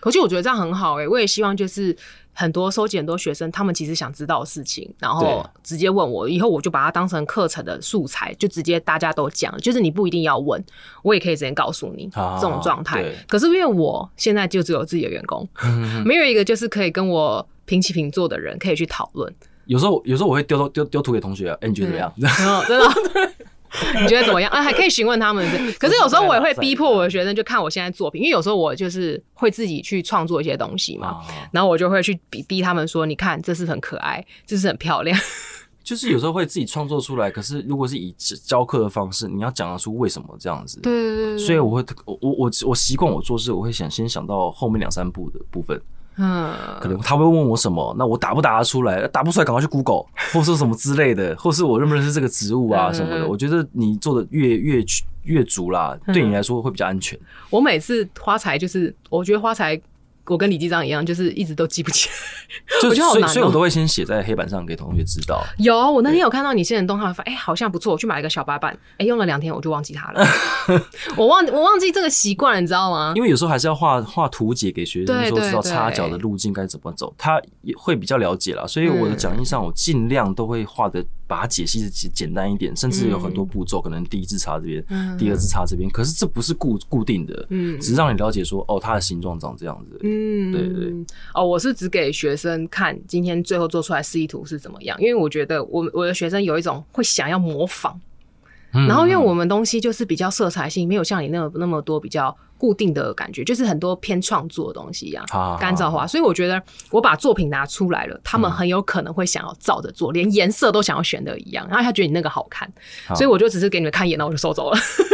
Speaker 2: 可是我觉得这样很好诶、欸我也希望就是很多收集很多学生，他们其实想知道的事情，然后
Speaker 3: 对
Speaker 2: 直接问我，以后我就把它当成课程的素材，就直接大家都讲，就是你不一定要问，我也可以直接告诉你、
Speaker 3: 啊
Speaker 2: 这种状态
Speaker 3: 对。嗯
Speaker 2: 可是因为我现在就只有自己的员工，没有一个就是可以跟我平起平坐的人可以去讨 论，
Speaker 3: 有时候有时候我会丢丢丢丢图给同学、啊，哎、你觉得怎么样？
Speaker 2: 然后真的。 你觉得怎么样？啊，还可以询问他们。可是有时候我也会逼迫我的学生，就看我现在作品，因为有时候我就是会自己去创作一些东西嘛。
Speaker 3: 啊，
Speaker 2: 然后我就会去逼逼他们说：“你看，这是很可爱，这是很漂亮。
Speaker 3: 就是有时候会自己创作出来，可是如果是以教教课的方式，你要讲得出为什么这样子。”
Speaker 2: 对对
Speaker 3: 所以我会我我我我习惯我做事，我会想先想到后面两三步的部分，
Speaker 2: 嗯，
Speaker 3: 可能他会问我什么，那我答不答得出来？答不出来，赶快去 Google，或 者说什么之类的，或是我认不认识这个植物啊
Speaker 2: 嗯
Speaker 3: 什么的。我觉得你做的越越越足啦，对
Speaker 2: 嗯
Speaker 3: 你来说会比较安全。
Speaker 2: 我每次花材就是，我觉得花材，我跟李继章一样，就是一直都记不起来。
Speaker 3: 就
Speaker 2: 我觉得好
Speaker 3: 所以
Speaker 2: 难哦
Speaker 3: 所以我都会先写在黑板上给同学知道。
Speaker 2: 有，我那天有看到你现在动画，发哎、好像不错，我去买了一个小白板，哎、用了两天我就忘记它了， 我忘我忘记这个习惯了，你知道吗？
Speaker 3: 因为有时候还是要画画图解给学生
Speaker 2: 对
Speaker 3: 说
Speaker 2: 对
Speaker 3: 知道
Speaker 2: 对
Speaker 3: 插脚的路径该怎么走，他也会比较了解啦。所以
Speaker 2: 嗯
Speaker 3: 我的讲义上，我尽量都会画的把它解析的简简单一点，甚至有很多步骤，可能第一次插这边，
Speaker 2: 嗯
Speaker 3: 第二次插这边，可是这不是固固定的，
Speaker 2: 嗯
Speaker 3: 只是让你了解说哦，它的形状长这样子。
Speaker 2: 嗯，
Speaker 3: 对对。
Speaker 2: 哦，我是只给学生看今天最后做出来示意图是怎么样，因为我觉得我我的学生有一种会想要模仿，
Speaker 3: 嗯
Speaker 2: 然后因为我们东西就是比较色彩性，没有像你那那么多比较固定的感觉，就是很多偏创作的东西一样
Speaker 3: 好好好，
Speaker 2: 干燥化。所以我觉得我把作品拿出来了，他们很有可能会想要照着
Speaker 3: 嗯
Speaker 2: 做，连颜色都想要选的一样，然后他觉得你那个好看，
Speaker 3: 好
Speaker 2: 所以我就只是给你们看一眼，然后我就收走了。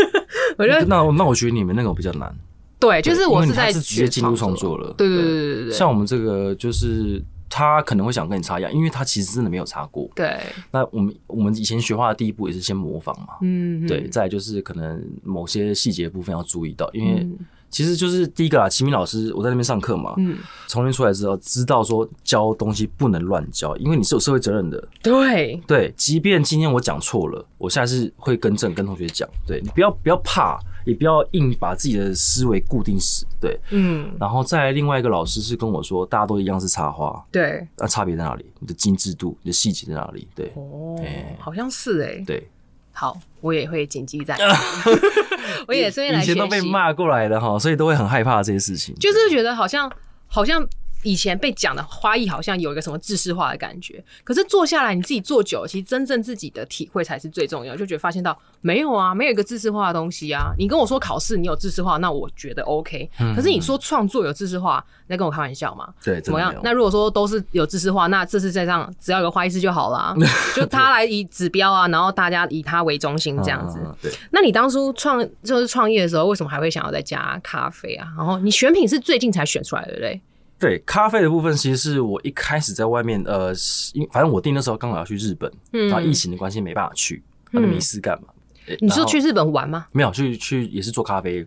Speaker 2: 我觉得
Speaker 3: 那我那我觉得你们那个比较难，
Speaker 2: 对，就是
Speaker 3: 因
Speaker 2: 我
Speaker 3: 为你
Speaker 2: 在
Speaker 3: 还是直接
Speaker 2: 学
Speaker 3: 进入创作了
Speaker 2: 对对对对对对，
Speaker 3: 像我们这个就是他可能会想跟你插一样，因为他其实真的没有插过。
Speaker 2: 对，
Speaker 3: 那我们我们以前学画的第一步也是先模仿嘛，
Speaker 2: 嗯，
Speaker 3: 对，再来就是可能某些细节部分要注意到，因为其实就是第一个啦，齐明老师我在那边上课嘛，
Speaker 2: 嗯，
Speaker 3: 从那出来之后知道说教东西不能乱教，因为你是有社会责任的。
Speaker 2: 对，
Speaker 3: 对，即便今天我讲错了，我下次会更正，跟同学讲。对你不要不要怕，也不要硬把自己的思维固定死。对，
Speaker 2: 嗯，
Speaker 3: 然后再来另外一个老师是跟我说，大家都一样是插花，
Speaker 2: 对，
Speaker 3: 那差别在哪里？你的精致度，你的细节在哪里？对
Speaker 2: 哦
Speaker 3: 哎，
Speaker 2: 好像是哎，
Speaker 3: 对，
Speaker 2: 好，我也会谨 记在 心，我也顺便来
Speaker 3: 以
Speaker 2: 学
Speaker 3: 前都被
Speaker 2: 习，
Speaker 3: 骂过来的哈，所以都会很害怕这些事情。
Speaker 2: 就是觉得好像好像。以前被讲的花艺好像有一个什么制式化的感觉，可是做下来你自己做久了，其实真正自己的体会才是最重要。就觉得发现到没有啊，没有一个制式化的东西啊。你跟我说考试你有制式化，那我觉得 OK。可是
Speaker 3: 嗯
Speaker 2: 你说创作有制式化，你在跟我开玩笑吗？
Speaker 3: 对，
Speaker 2: 怎么样
Speaker 3: 真的没有？啊
Speaker 2: 那如果说都是有知识化，那这次再上只要有个花艺师就好 啦，就他来以指标啊，然后大家以他为中心这样子。
Speaker 3: 嗯嗯嗯对，
Speaker 2: 那你当初创就是创业的时候，为什么还会想要再加咖啡啊？然后你选品是最近才选出来的，对不对？
Speaker 3: 对，咖啡的部分其实是我一开始在外面，呃，因反正我订的时候刚好要去日本，
Speaker 2: 嗯
Speaker 3: 然后疫情的关系没办法去，那就没事干嘛。诶
Speaker 2: 你是
Speaker 3: 然后
Speaker 2: 去日本玩吗？
Speaker 3: 没有去去也是做咖啡，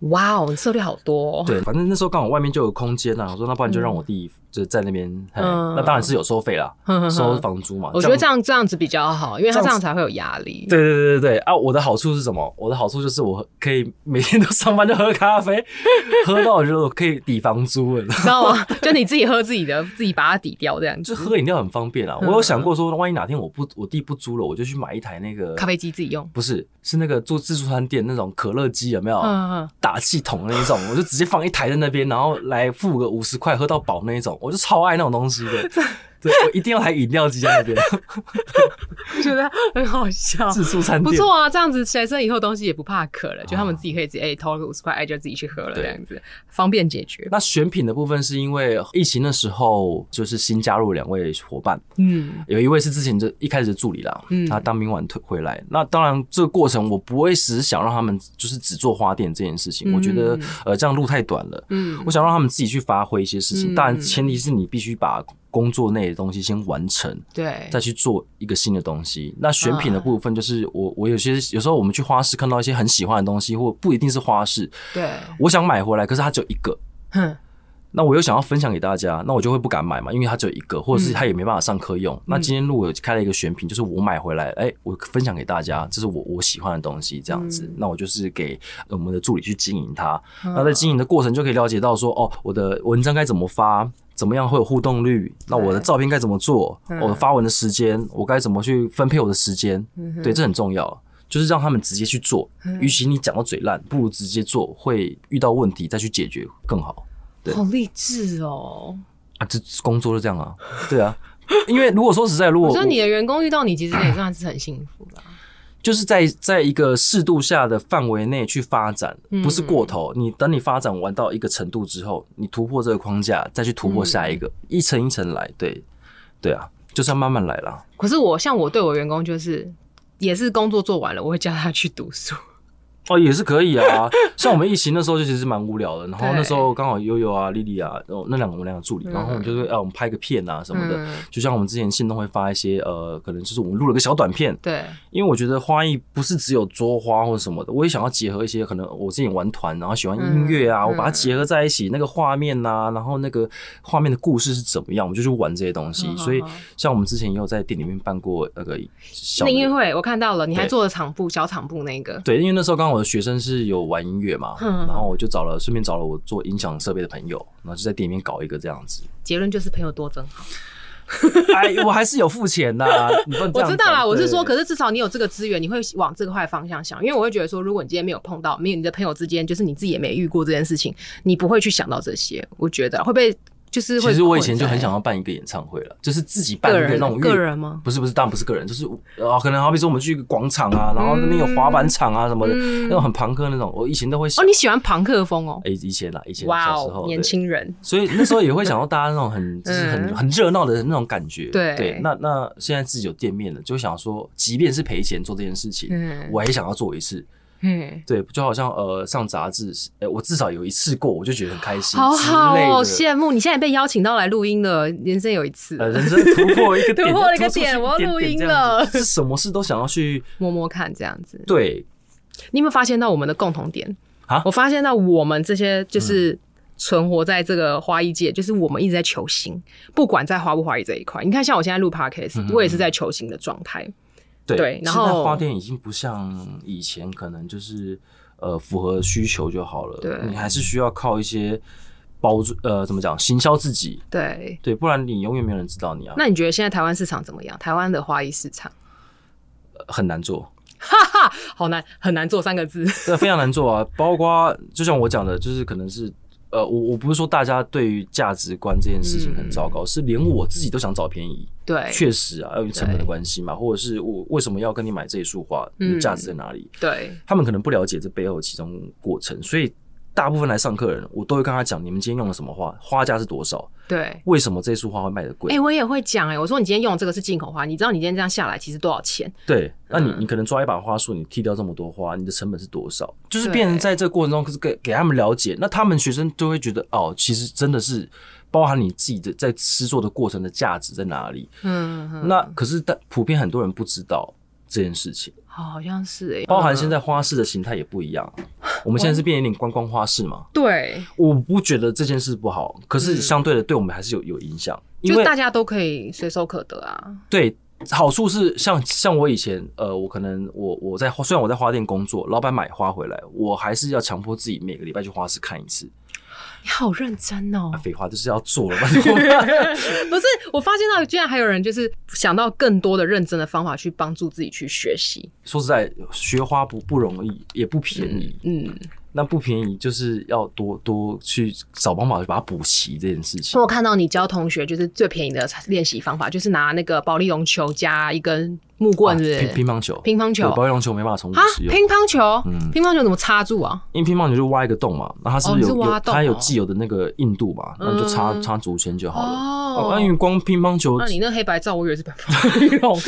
Speaker 2: 哇哦，你策略好多、哦。
Speaker 3: 对，反正那时候刚好外面就有空间啊，我说那不然就让我弟就在那边，嘿
Speaker 2: 嗯
Speaker 3: 那当然是有收费啦
Speaker 2: 哼哼，哼
Speaker 3: 收房租嘛。
Speaker 2: 我觉得这样这样子比较好，因为他这样才会有压力。
Speaker 3: 对对对对对啊！我的好处是什么？我的好处就是我可以每天都上班就喝咖啡， 喝到我觉得我可以抵房租了。
Speaker 2: 你知道吗？ 就你自己喝自己的，自己把它抵掉这样子。
Speaker 3: 就喝饮料很方便啊！
Speaker 2: 嗯
Speaker 3: 我有想过说，万一哪天我不我弟不租了，我就去买一台那个
Speaker 2: 咖啡机自己用。
Speaker 3: 不是，是那个做自助餐店那种可乐机有没有？
Speaker 2: 嗯嗯
Speaker 3: 打气筒的那一种，我就 直接放一台在那边，然后来付个五十块喝到饱那一种，我就超爱那种东西的。对我一定要来饮料机在那边
Speaker 2: 我嗯觉得很好笑。
Speaker 3: 自助餐
Speaker 2: 不
Speaker 3: 店，
Speaker 2: 错啊，这样子学生以后东西也不怕渴了，就他们自己可以直接哎掏个五十块，哎就自己去喝了，这
Speaker 3: 啊对
Speaker 2: 样子方便解决。
Speaker 3: 那选品的部分是因为疫情那时候就是新加入两位伙伴，
Speaker 2: 嗯，
Speaker 3: 有一位是之前就一开始的助理啦，
Speaker 2: 嗯
Speaker 3: 他当兵完退回来。那当然这个过程我不会只想让他们就是只做花店这件事
Speaker 2: 嗯
Speaker 3: 情，我觉得呃这样路太短了。
Speaker 2: 嗯
Speaker 3: 我想让他们自己去发挥一些事
Speaker 2: 嗯
Speaker 3: 情，当然前提是你必须把工作内的东西先完成，
Speaker 2: 对，啊
Speaker 3: 再去做一个新的东西。那选品的部分就是我我有些有时候我们去花市看到一些很喜欢的东西，或不一定是花市，
Speaker 2: 对，
Speaker 3: 我想买回来，可是它只有一个，
Speaker 2: 哼，
Speaker 3: 那我又想要分享给大家，那我就会不敢买嘛，因为它只有一个，或
Speaker 2: 嗯
Speaker 3: 者是它也没办法上课用。那今天如果开了一个选品，就是我买回来，哎、我分享给大家，这是我我喜欢的东西，这样子。
Speaker 2: 嗯
Speaker 3: 那我就是给呃我们的助理去经营它。那
Speaker 2: 那
Speaker 3: 在经营的过程就可以了解到说，哦，我的文章该怎么发，怎么样会有互动率，那我的照片该怎么做，
Speaker 2: 嗯
Speaker 3: 我的发文的时间，我该怎么去分配我的时间，
Speaker 2: 嗯
Speaker 3: 对，这很重要。就是让他们直接去做，
Speaker 2: 嗯
Speaker 3: 与其你讲到嘴烂，不如直接做，会遇到问题再去解决更好。对
Speaker 2: 好励志哦！
Speaker 3: 啊，这工作就这样啊， 对啊，因为如果说实在，如果
Speaker 2: 我觉得你的员工遇到你，其实也算是很幸福了。
Speaker 3: 就是在在一个适度下的范围内去发展，
Speaker 2: 嗯
Speaker 3: 不是过头。你等你发展完到一个程度之后，你突破这个框架，再去突
Speaker 2: 嗯
Speaker 3: 破下一个，一层一层来，对，对啊，就是要慢慢来啦。
Speaker 2: 可是我像我对我员工就是，也是工作做完了，我会叫他去读书。
Speaker 3: 哦，也是可以啊。像我们疫情那时候就其实蛮无聊的，然后
Speaker 2: 对
Speaker 3: 那时候刚好悠悠啊、丽丽啊，然后那两个我们两个助理，
Speaker 2: 嗯
Speaker 3: 然后我们就是啊，我们拍个片啊什么的。
Speaker 2: 嗯，
Speaker 3: 就像我们之前线动会发一些呃，可能就是我们录了个小短片，
Speaker 2: 对，
Speaker 3: 因为我觉得花艺不是只有作花或者什么的，我也想要结合一些可能我自己玩团，然后喜欢音乐啊，
Speaker 2: 嗯
Speaker 3: 我把它结合在一起，那个画面呐、然后那个画面的故事是怎么样，我们就去玩这些东西。
Speaker 2: 嗯
Speaker 3: 所以
Speaker 2: 好好
Speaker 3: 像我们之前也有在店里面办过那个小的
Speaker 2: 那音乐会我看到了，你还
Speaker 3: 对
Speaker 2: 做了场布小场布那个，
Speaker 3: 对，因为那时候刚好我的学生是有玩音乐嘛，
Speaker 2: 嗯
Speaker 3: 然后我就找了顺便找了我做音响设备的朋友，然后就在店里面搞一个这样子。
Speaker 2: 结论就是朋友多真好。
Speaker 3: 哎，我还是有付钱呐、你不能这
Speaker 2: 我
Speaker 3: 样
Speaker 2: 知道啦，
Speaker 3: 讲
Speaker 2: 我是说，
Speaker 3: 对
Speaker 2: 可是至少你有这个资源，你会往这个坏方向想。因为我会觉得说，如果你今天没有碰到，没有你的朋友之间，就是你自己也没遇过这件事情，你不会去想到这些。我觉得会被就是会。
Speaker 3: 其实我以前就很想要办一个演唱会了，就是自己办一
Speaker 2: 个
Speaker 3: 个
Speaker 2: 人
Speaker 3: 那种乐
Speaker 2: 个人吗？
Speaker 3: 不是不是，当然不是个人，就是啊，可能好比说我们去一个广场啊，然后那边有滑板场啊什么的，
Speaker 2: 嗯
Speaker 3: 那种很朋克那种，我以前都会想
Speaker 2: 哦，，你喜欢朋克风哦？
Speaker 3: 哎、以前啦，以前
Speaker 2: 哇
Speaker 3: 小时
Speaker 2: 哦
Speaker 3: 候，
Speaker 2: 年。
Speaker 3: 对
Speaker 2: 轻人，
Speaker 3: 所以那时候也会想到大家那 种很就是很
Speaker 2: 嗯
Speaker 3: 很热闹的那种感觉，
Speaker 2: 对
Speaker 3: 那那现在自己有店面了，就想说，即便是赔钱做这件事情，
Speaker 2: 嗯
Speaker 3: 我也想要做一次。
Speaker 2: 嗯，
Speaker 3: 对，就好像呃上杂志，呃我至少有一次过，我就觉得很开心，
Speaker 2: 好好哦，
Speaker 3: 之类的
Speaker 2: 羡慕你现在被邀请到来录音了，人生有一次，
Speaker 3: 呃，人生突破一个点，
Speaker 2: 突破了一个
Speaker 3: 出去
Speaker 2: 点我要
Speaker 3: 点
Speaker 2: 录
Speaker 3: 点
Speaker 2: 音
Speaker 3: 这样子
Speaker 2: 了
Speaker 3: 是什么事都想要去
Speaker 2: 摸摸看这样子。
Speaker 3: 对
Speaker 2: 你有没有发现到我们的共同点？
Speaker 3: 啊嗯
Speaker 2: 我发现到我们这些就是存活在这个花艺界，就是我们一直在求新，不管在花不花艺这一块。你看，像我现在录 podcast，、
Speaker 3: 嗯
Speaker 2: 我也是在求新的状态。
Speaker 3: 对，
Speaker 2: 对然后
Speaker 3: 现在花店已经不像以前，可能就是呃符合需求就好了。
Speaker 2: 对
Speaker 3: 你还是需要靠一些包装，呃，怎么讲，行销自己。
Speaker 2: 对，
Speaker 3: 对，不然你永远没有人知道你啊，
Speaker 2: 那你觉得现在台湾市场怎么样？台湾的花艺市场，
Speaker 3: 呃很难做，
Speaker 2: 哈哈，好难，很难做三个 字。
Speaker 3: 这非常难做啊。包括就像我讲的，就是可能是呃，我我不是说大家对于价值观这件事情
Speaker 2: 嗯
Speaker 3: 很糟糕，是连我自己都想找便宜。
Speaker 2: 对，
Speaker 3: 确实啊，由于成本的关系嘛，或者是我为什么要跟你买这一束花，
Speaker 2: 嗯
Speaker 3: 你的价值在哪里？
Speaker 2: 对，
Speaker 3: 他们可能不了解这背后其中过程，所以大部分来上课的人，我都会跟他讲，你们今天用了什么花，花价是多少，
Speaker 2: 对。
Speaker 3: 为什么这束花会卖的贵？
Speaker 2: 哎、我也会讲哎、我说你今天用的这个是进口花，你知道你今天这样下来其实多少钱？
Speaker 3: 对，那你
Speaker 2: 嗯
Speaker 3: 你可能抓一把花束，你剃掉这么多花，你的成本是多少？就是
Speaker 2: 对
Speaker 3: 变成在这个过程中，可是给给他们了解，那他们学生就会觉得哦，其实真的是包含你自己的在制作的过程的价值在哪里。
Speaker 2: 嗯，嗯
Speaker 3: 那可是但普遍很多人不知道这件事情，
Speaker 2: 好好像是哎、
Speaker 3: 包含
Speaker 2: 嗯
Speaker 3: 现在花市的形态也不一样，啊我们现在是变成有点观光花市嘛。
Speaker 2: 对，
Speaker 3: 我不觉得这件事不好，可是相对的对我们还是有有影响，
Speaker 2: 嗯
Speaker 3: 因
Speaker 2: 就
Speaker 3: 为
Speaker 2: 大家都可以随手可得啊。
Speaker 3: 对好处是像像我以前呃，我可能我我在花虽然我在花店工作，老板买花回来，我还是要强迫自己每个礼拜去花市看一次。
Speaker 2: 你好认真哦
Speaker 3: 啊，废话就是要做了 嘛，
Speaker 2: 不是，我发现到居然还有人就是想到更多的认真的方法去帮助自己去学习。
Speaker 3: 说实在，学花不不容易，也不便宜。
Speaker 2: 嗯，
Speaker 3: 那不便宜，就是要多多去找方法去把它补齐这件事情
Speaker 2: 所以。我看到你教同学就是最便宜的练习方法，就是拿那个保利龙球加一根木棍，
Speaker 3: 啊
Speaker 2: 是不是？
Speaker 3: 乒乒乓球，
Speaker 2: 乒乓球
Speaker 3: 对保龄球没办法重复
Speaker 2: 啊，
Speaker 3: 使用，
Speaker 2: 乒乓球，
Speaker 3: 嗯
Speaker 2: 乒乓球怎么插住啊？
Speaker 3: 因为乒乓球就挖一个洞嘛，那它是不是
Speaker 2: 哦你
Speaker 3: 有
Speaker 2: 是挖
Speaker 3: 有
Speaker 2: 洞
Speaker 3: 它有
Speaker 2: 哦
Speaker 3: 既有的那个硬度嘛？那你就插
Speaker 2: 嗯
Speaker 3: 插竹签就好了。
Speaker 2: 哦
Speaker 3: 哦，那因为光乒乓球
Speaker 2: 那你那黑白照，我以为是保
Speaker 3: 哎
Speaker 2: 利龙。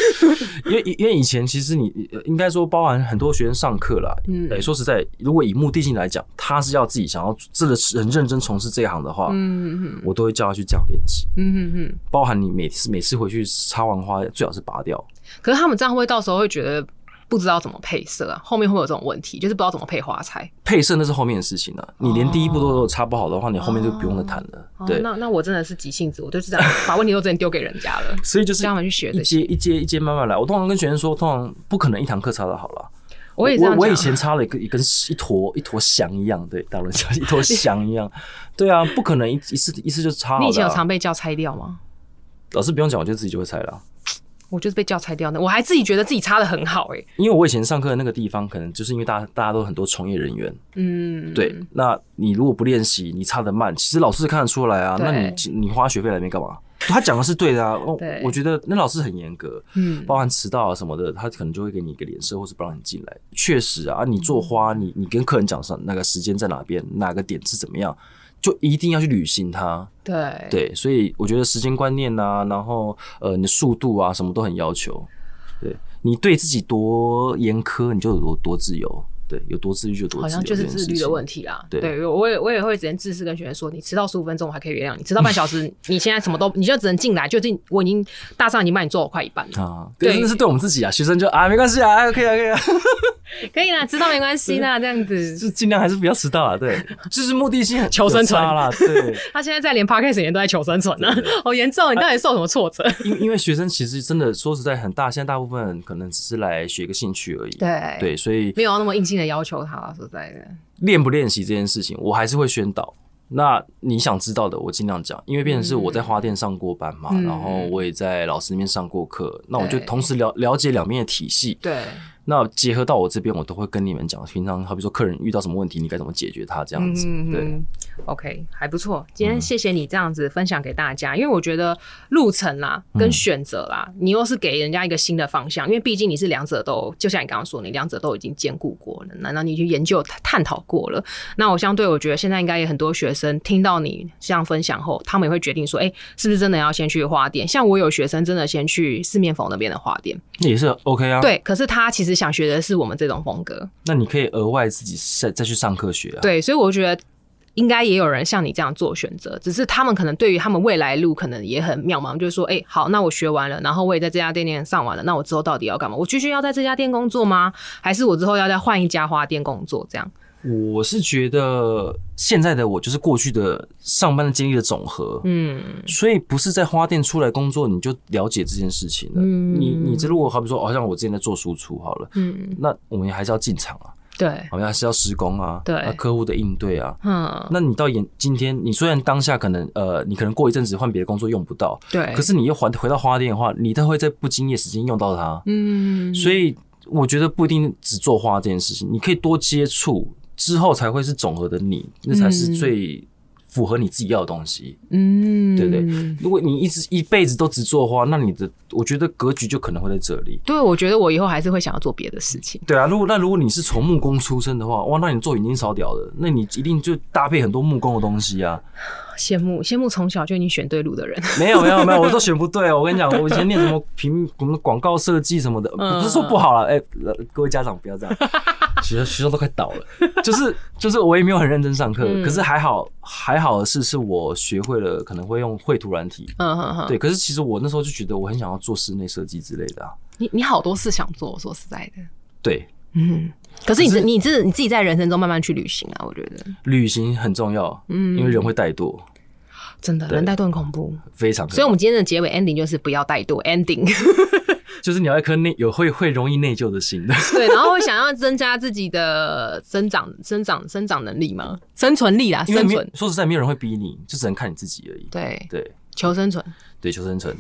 Speaker 3: 因为因为以前其实你呃应该说包含很多学生上课啦，
Speaker 2: 嗯
Speaker 3: 嗯，说实在，如果以目的性来讲，他是要自己想要真的是很认真从事这一行的话，
Speaker 2: 嗯嗯
Speaker 3: 我都会叫他去这样练习，
Speaker 2: 嗯嗯嗯。
Speaker 3: 包含你每次每次回去插完花，最好是拔掉。
Speaker 2: 可是他们这样会到时候会觉得不知道怎么配色啊，后面会有这种问题，就是不知道怎么配花材。
Speaker 3: 配色那是后面的事情了、啊你连第一步都都插不好的话，你后面就不用再谈了。
Speaker 2: 哦
Speaker 3: 对，
Speaker 2: 那那我真的是急性子，我就是这样把问题都真的丢给人 家了。
Speaker 3: 所以就是
Speaker 2: 让他们去学
Speaker 3: 一
Speaker 2: 这些
Speaker 3: 阶一阶一阶慢慢来。我通常跟学生说，通常不可能一堂课插的好了。
Speaker 2: 我也这
Speaker 3: 我
Speaker 2: 样
Speaker 3: 我
Speaker 2: 讲啊
Speaker 3: 以前插了一根一根一坨一坨翔一样，对，大轮小一坨翔 一样，对啊，不可能一一次一次就插好的啊、
Speaker 2: 你以前有常被叫拆掉吗？
Speaker 3: 老师不用讲，我就自己就会猜了啊。
Speaker 2: 我就是被叫拆掉的，我还自己觉得自己擦的很好哎、欸。
Speaker 3: 因为我以前上课的那个地方，可能就是因为大家大家都很多从业人员，
Speaker 2: 嗯，
Speaker 3: 对。那你如果不练习，你插的慢，其实老师看得出来啊。
Speaker 2: 对
Speaker 3: 那你你花学费来那边干嘛？他讲的是对 的啊。我
Speaker 2: 对
Speaker 3: 我觉得那老师很严格，
Speaker 2: 嗯
Speaker 3: 包含迟到啊什么的，他可能就会给你一个脸色，或是不让你进来。确实啊，你做花，
Speaker 2: 嗯
Speaker 3: 你你跟客人讲上那个时间在哪边，哪个点是怎么样，就一定要去履行它。
Speaker 2: 对
Speaker 3: 对，所以我觉得时间观念啊，然后呃，你的速度啊，什么都很要求。对你对自己多严苛，你就有多多自由。对，有多自律就有多自由。
Speaker 2: 好像就是自律的问
Speaker 3: 题。
Speaker 2: 题啦。
Speaker 3: 对
Speaker 2: 对，我也我也会直接自私跟学生说，你迟到十五分钟我还可以原谅你，迟到半小时你现在什么都你就只能进来，就进我已经大上已经帮你做了快一半了，
Speaker 3: 啊，
Speaker 2: 对
Speaker 3: 对，真的是对我们自己啊，学生就啊，没关系啊，可以啊，可以啊，
Speaker 2: 可以啦，迟到没关系啦，这样子。
Speaker 3: 就尽量还是不要迟到啊，对， 就是目的性很
Speaker 2: 求生存
Speaker 3: 有差啦，对，
Speaker 2: 他现在在连 podcast 里面都在求生存呢、 好严重！你到底受什么挫折？
Speaker 3: 因因为学生其实真的说实在很大，现在大部分人可能只是来学个兴趣而已，
Speaker 2: 对
Speaker 3: 对，所以
Speaker 2: 没有那么硬性的要求他啦，说实在的，
Speaker 3: 练不练习这件事情，我还是会宣导。那你想知道的，我尽量讲，因为变成是我在花店上过班嘛，
Speaker 2: 嗯
Speaker 3: 然后我也在老师那边上过课，那我就
Speaker 2: 对
Speaker 3: 同时了了解两面的体系。
Speaker 2: 对，
Speaker 3: 那结合到我这边，我都会跟你们讲，平常好比说客人遇到什么问题，你该怎么解决它这样子。对，
Speaker 2: 嗯，OK，还不错。今天谢谢你这样子分享给大
Speaker 3: 嗯
Speaker 2: 家，因为我觉得路程啦跟选择啦，你又是给人家一个新的方向，因为毕竟你是两者都，就像你刚刚说，你两者都已经兼顾过了，难道你去研究探探讨过了？那我相对我觉得现在应该也很多学生听到你这样分享后，他们也会决定说，哎、是不是真的要先去花店？像我有学生真的先去四面佛那边的花店，
Speaker 3: 那也是 OK 啊。，
Speaker 2: 对，可是他其实想学的是我们这种风格，
Speaker 3: 那你可以额外自己再再去上课学啊。
Speaker 2: 对，所以我觉得应该也有人像你这样做选择，只是他们可能对于他们未来路可能也很渺茫，就是说，哎、好，那我学完了，然后我也在这家店店上完了，那我之后到底要干嘛？我继续要在这家店工作吗？还是我之后要再换一家花店工作？这样，
Speaker 3: 我是觉得现在的我就是过去的上班的经历的总和。
Speaker 2: 嗯，
Speaker 3: 所以不是在花店出来工作你就了解这件事情了。
Speaker 2: 嗯
Speaker 3: 你你这如果好比说，哦好、像我之前在做输出好了，
Speaker 2: 嗯，
Speaker 3: 那我们还是要进场啊，
Speaker 2: 对，
Speaker 3: 好像还是要施工啊，
Speaker 2: 对
Speaker 3: 啊客户的应对啊。
Speaker 2: 嗯，
Speaker 3: 那你到演今天，你虽然当下可能呃，你可能过一阵子换别的工作用不到，
Speaker 2: 对，
Speaker 3: 可，是你又还回到花店的话，你都会在不经意的时间用到它。
Speaker 2: 嗯，
Speaker 3: 所以我觉得不一定只做花这件事情，你可以多接触之后才会是总和的你，那才是
Speaker 2: 嗯
Speaker 3: 最符合你自己要的东西。
Speaker 2: 嗯，
Speaker 3: 对不对？如果你一直一辈子都只做花，那你的我觉得格局就可能会在这里。
Speaker 2: 对，我觉得我以后还是会想要做别的事情。
Speaker 3: 对啊，如果那如果你是从木工出身的话，哇，那你做眼睛超屌的，那你一定就搭配很多木工的东西啊。
Speaker 2: 羡慕羡慕从小就已经选对路的人，
Speaker 3: 没有没有没有，我都选不对哦。我跟你讲，我以前念什么平什么广告设计什么的，
Speaker 2: 嗯
Speaker 3: 不是说不好了，哎、呃各位家长不要 这样，学校学校都快倒了。就是就是我也没有很认真上课，
Speaker 2: 嗯
Speaker 3: 可是还好还好的是是我学会了可能会用绘图软体。
Speaker 2: 嗯哼哼，
Speaker 3: 对，可是其实我那时候就觉得我很想要做室内设计之类的啊。
Speaker 2: 你你好多事想做，说实在的，
Speaker 3: 对，
Speaker 2: 嗯，可是你自你自你自己在人生中慢慢去旅行啊，我觉得
Speaker 3: 旅行很重要，
Speaker 2: 嗯
Speaker 3: 因为人会怠惰，
Speaker 2: 真的人带都很恐怖。
Speaker 3: 非常可怕。
Speaker 2: 所以，我们今天的结尾 ending 就是不要怠惰 ending，
Speaker 3: 就是你要一颗内有会会容易内疚的心的。
Speaker 2: 对，然后会想要增加自己的生长、 生长、生长能力嘛，生存力啦，
Speaker 3: 因为
Speaker 2: 生
Speaker 3: 没
Speaker 2: 存，
Speaker 3: 说实在，没有人会逼你，就只能看你自己而已。
Speaker 2: 对，
Speaker 3: 对
Speaker 2: 求生存。
Speaker 3: 对，求生存。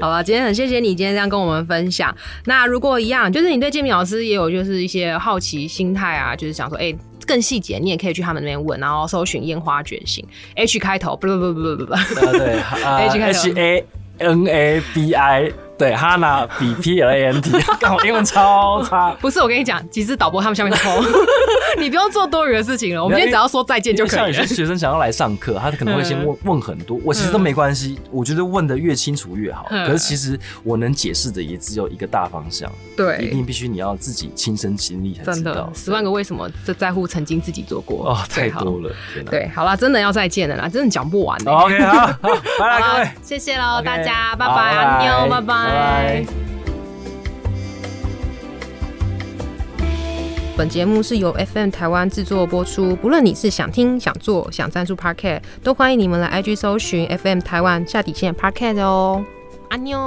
Speaker 2: 好了，今天很谢谢你今天这样跟我们分享。那如果一样，就是你对建明老师也有就是一些好奇心态啊，就是想说，哎、更细节，你也可以去他们那边问，然后搜寻烟花觉醒 H 开头，不不不不不不，
Speaker 3: 呃对啊
Speaker 2: H 开头
Speaker 3: H A N A B I，对，Hana B P L A N T，干我英文超差。
Speaker 2: 不是我跟你讲，其实导播他们下面偷， 你不用做多余的事情了，我们今天只要说再见就可
Speaker 3: 因为
Speaker 2: 以
Speaker 3: 像
Speaker 2: 了嗯
Speaker 3: 有。些学生想要来上课，他可能会先问问很多，我其实都没关系，我觉得问的越清楚越好。
Speaker 2: 嗯
Speaker 3: 可是其实我能解释的也只有一个大方向，一
Speaker 2: 对，
Speaker 3: 定必须你要自己亲身经历才
Speaker 2: 真
Speaker 3: 知
Speaker 2: 的
Speaker 3: 道，。
Speaker 2: 十万个为什么，这在乎曾经自己做过
Speaker 3: 哦，太
Speaker 2: 最好
Speaker 3: 多了，天哪。
Speaker 2: 对，好啦，真的要再见了啦，真的讲不完、欸。
Speaker 3: OK，好，好，拜
Speaker 2: 好
Speaker 3: 了各
Speaker 2: 啦
Speaker 3: 位，，
Speaker 2: 谢谢喽
Speaker 3: OK，
Speaker 2: 大家，拜
Speaker 3: 好
Speaker 2: 拜，安妞，拜拜
Speaker 3: 拜拜。
Speaker 2: 本节目是由 FM 台湾制作播出。不论你是想听、想做、想赞助 Parket，都欢迎你们来 IG 搜寻 FM 台湾下底线 Parket 哦。安妞。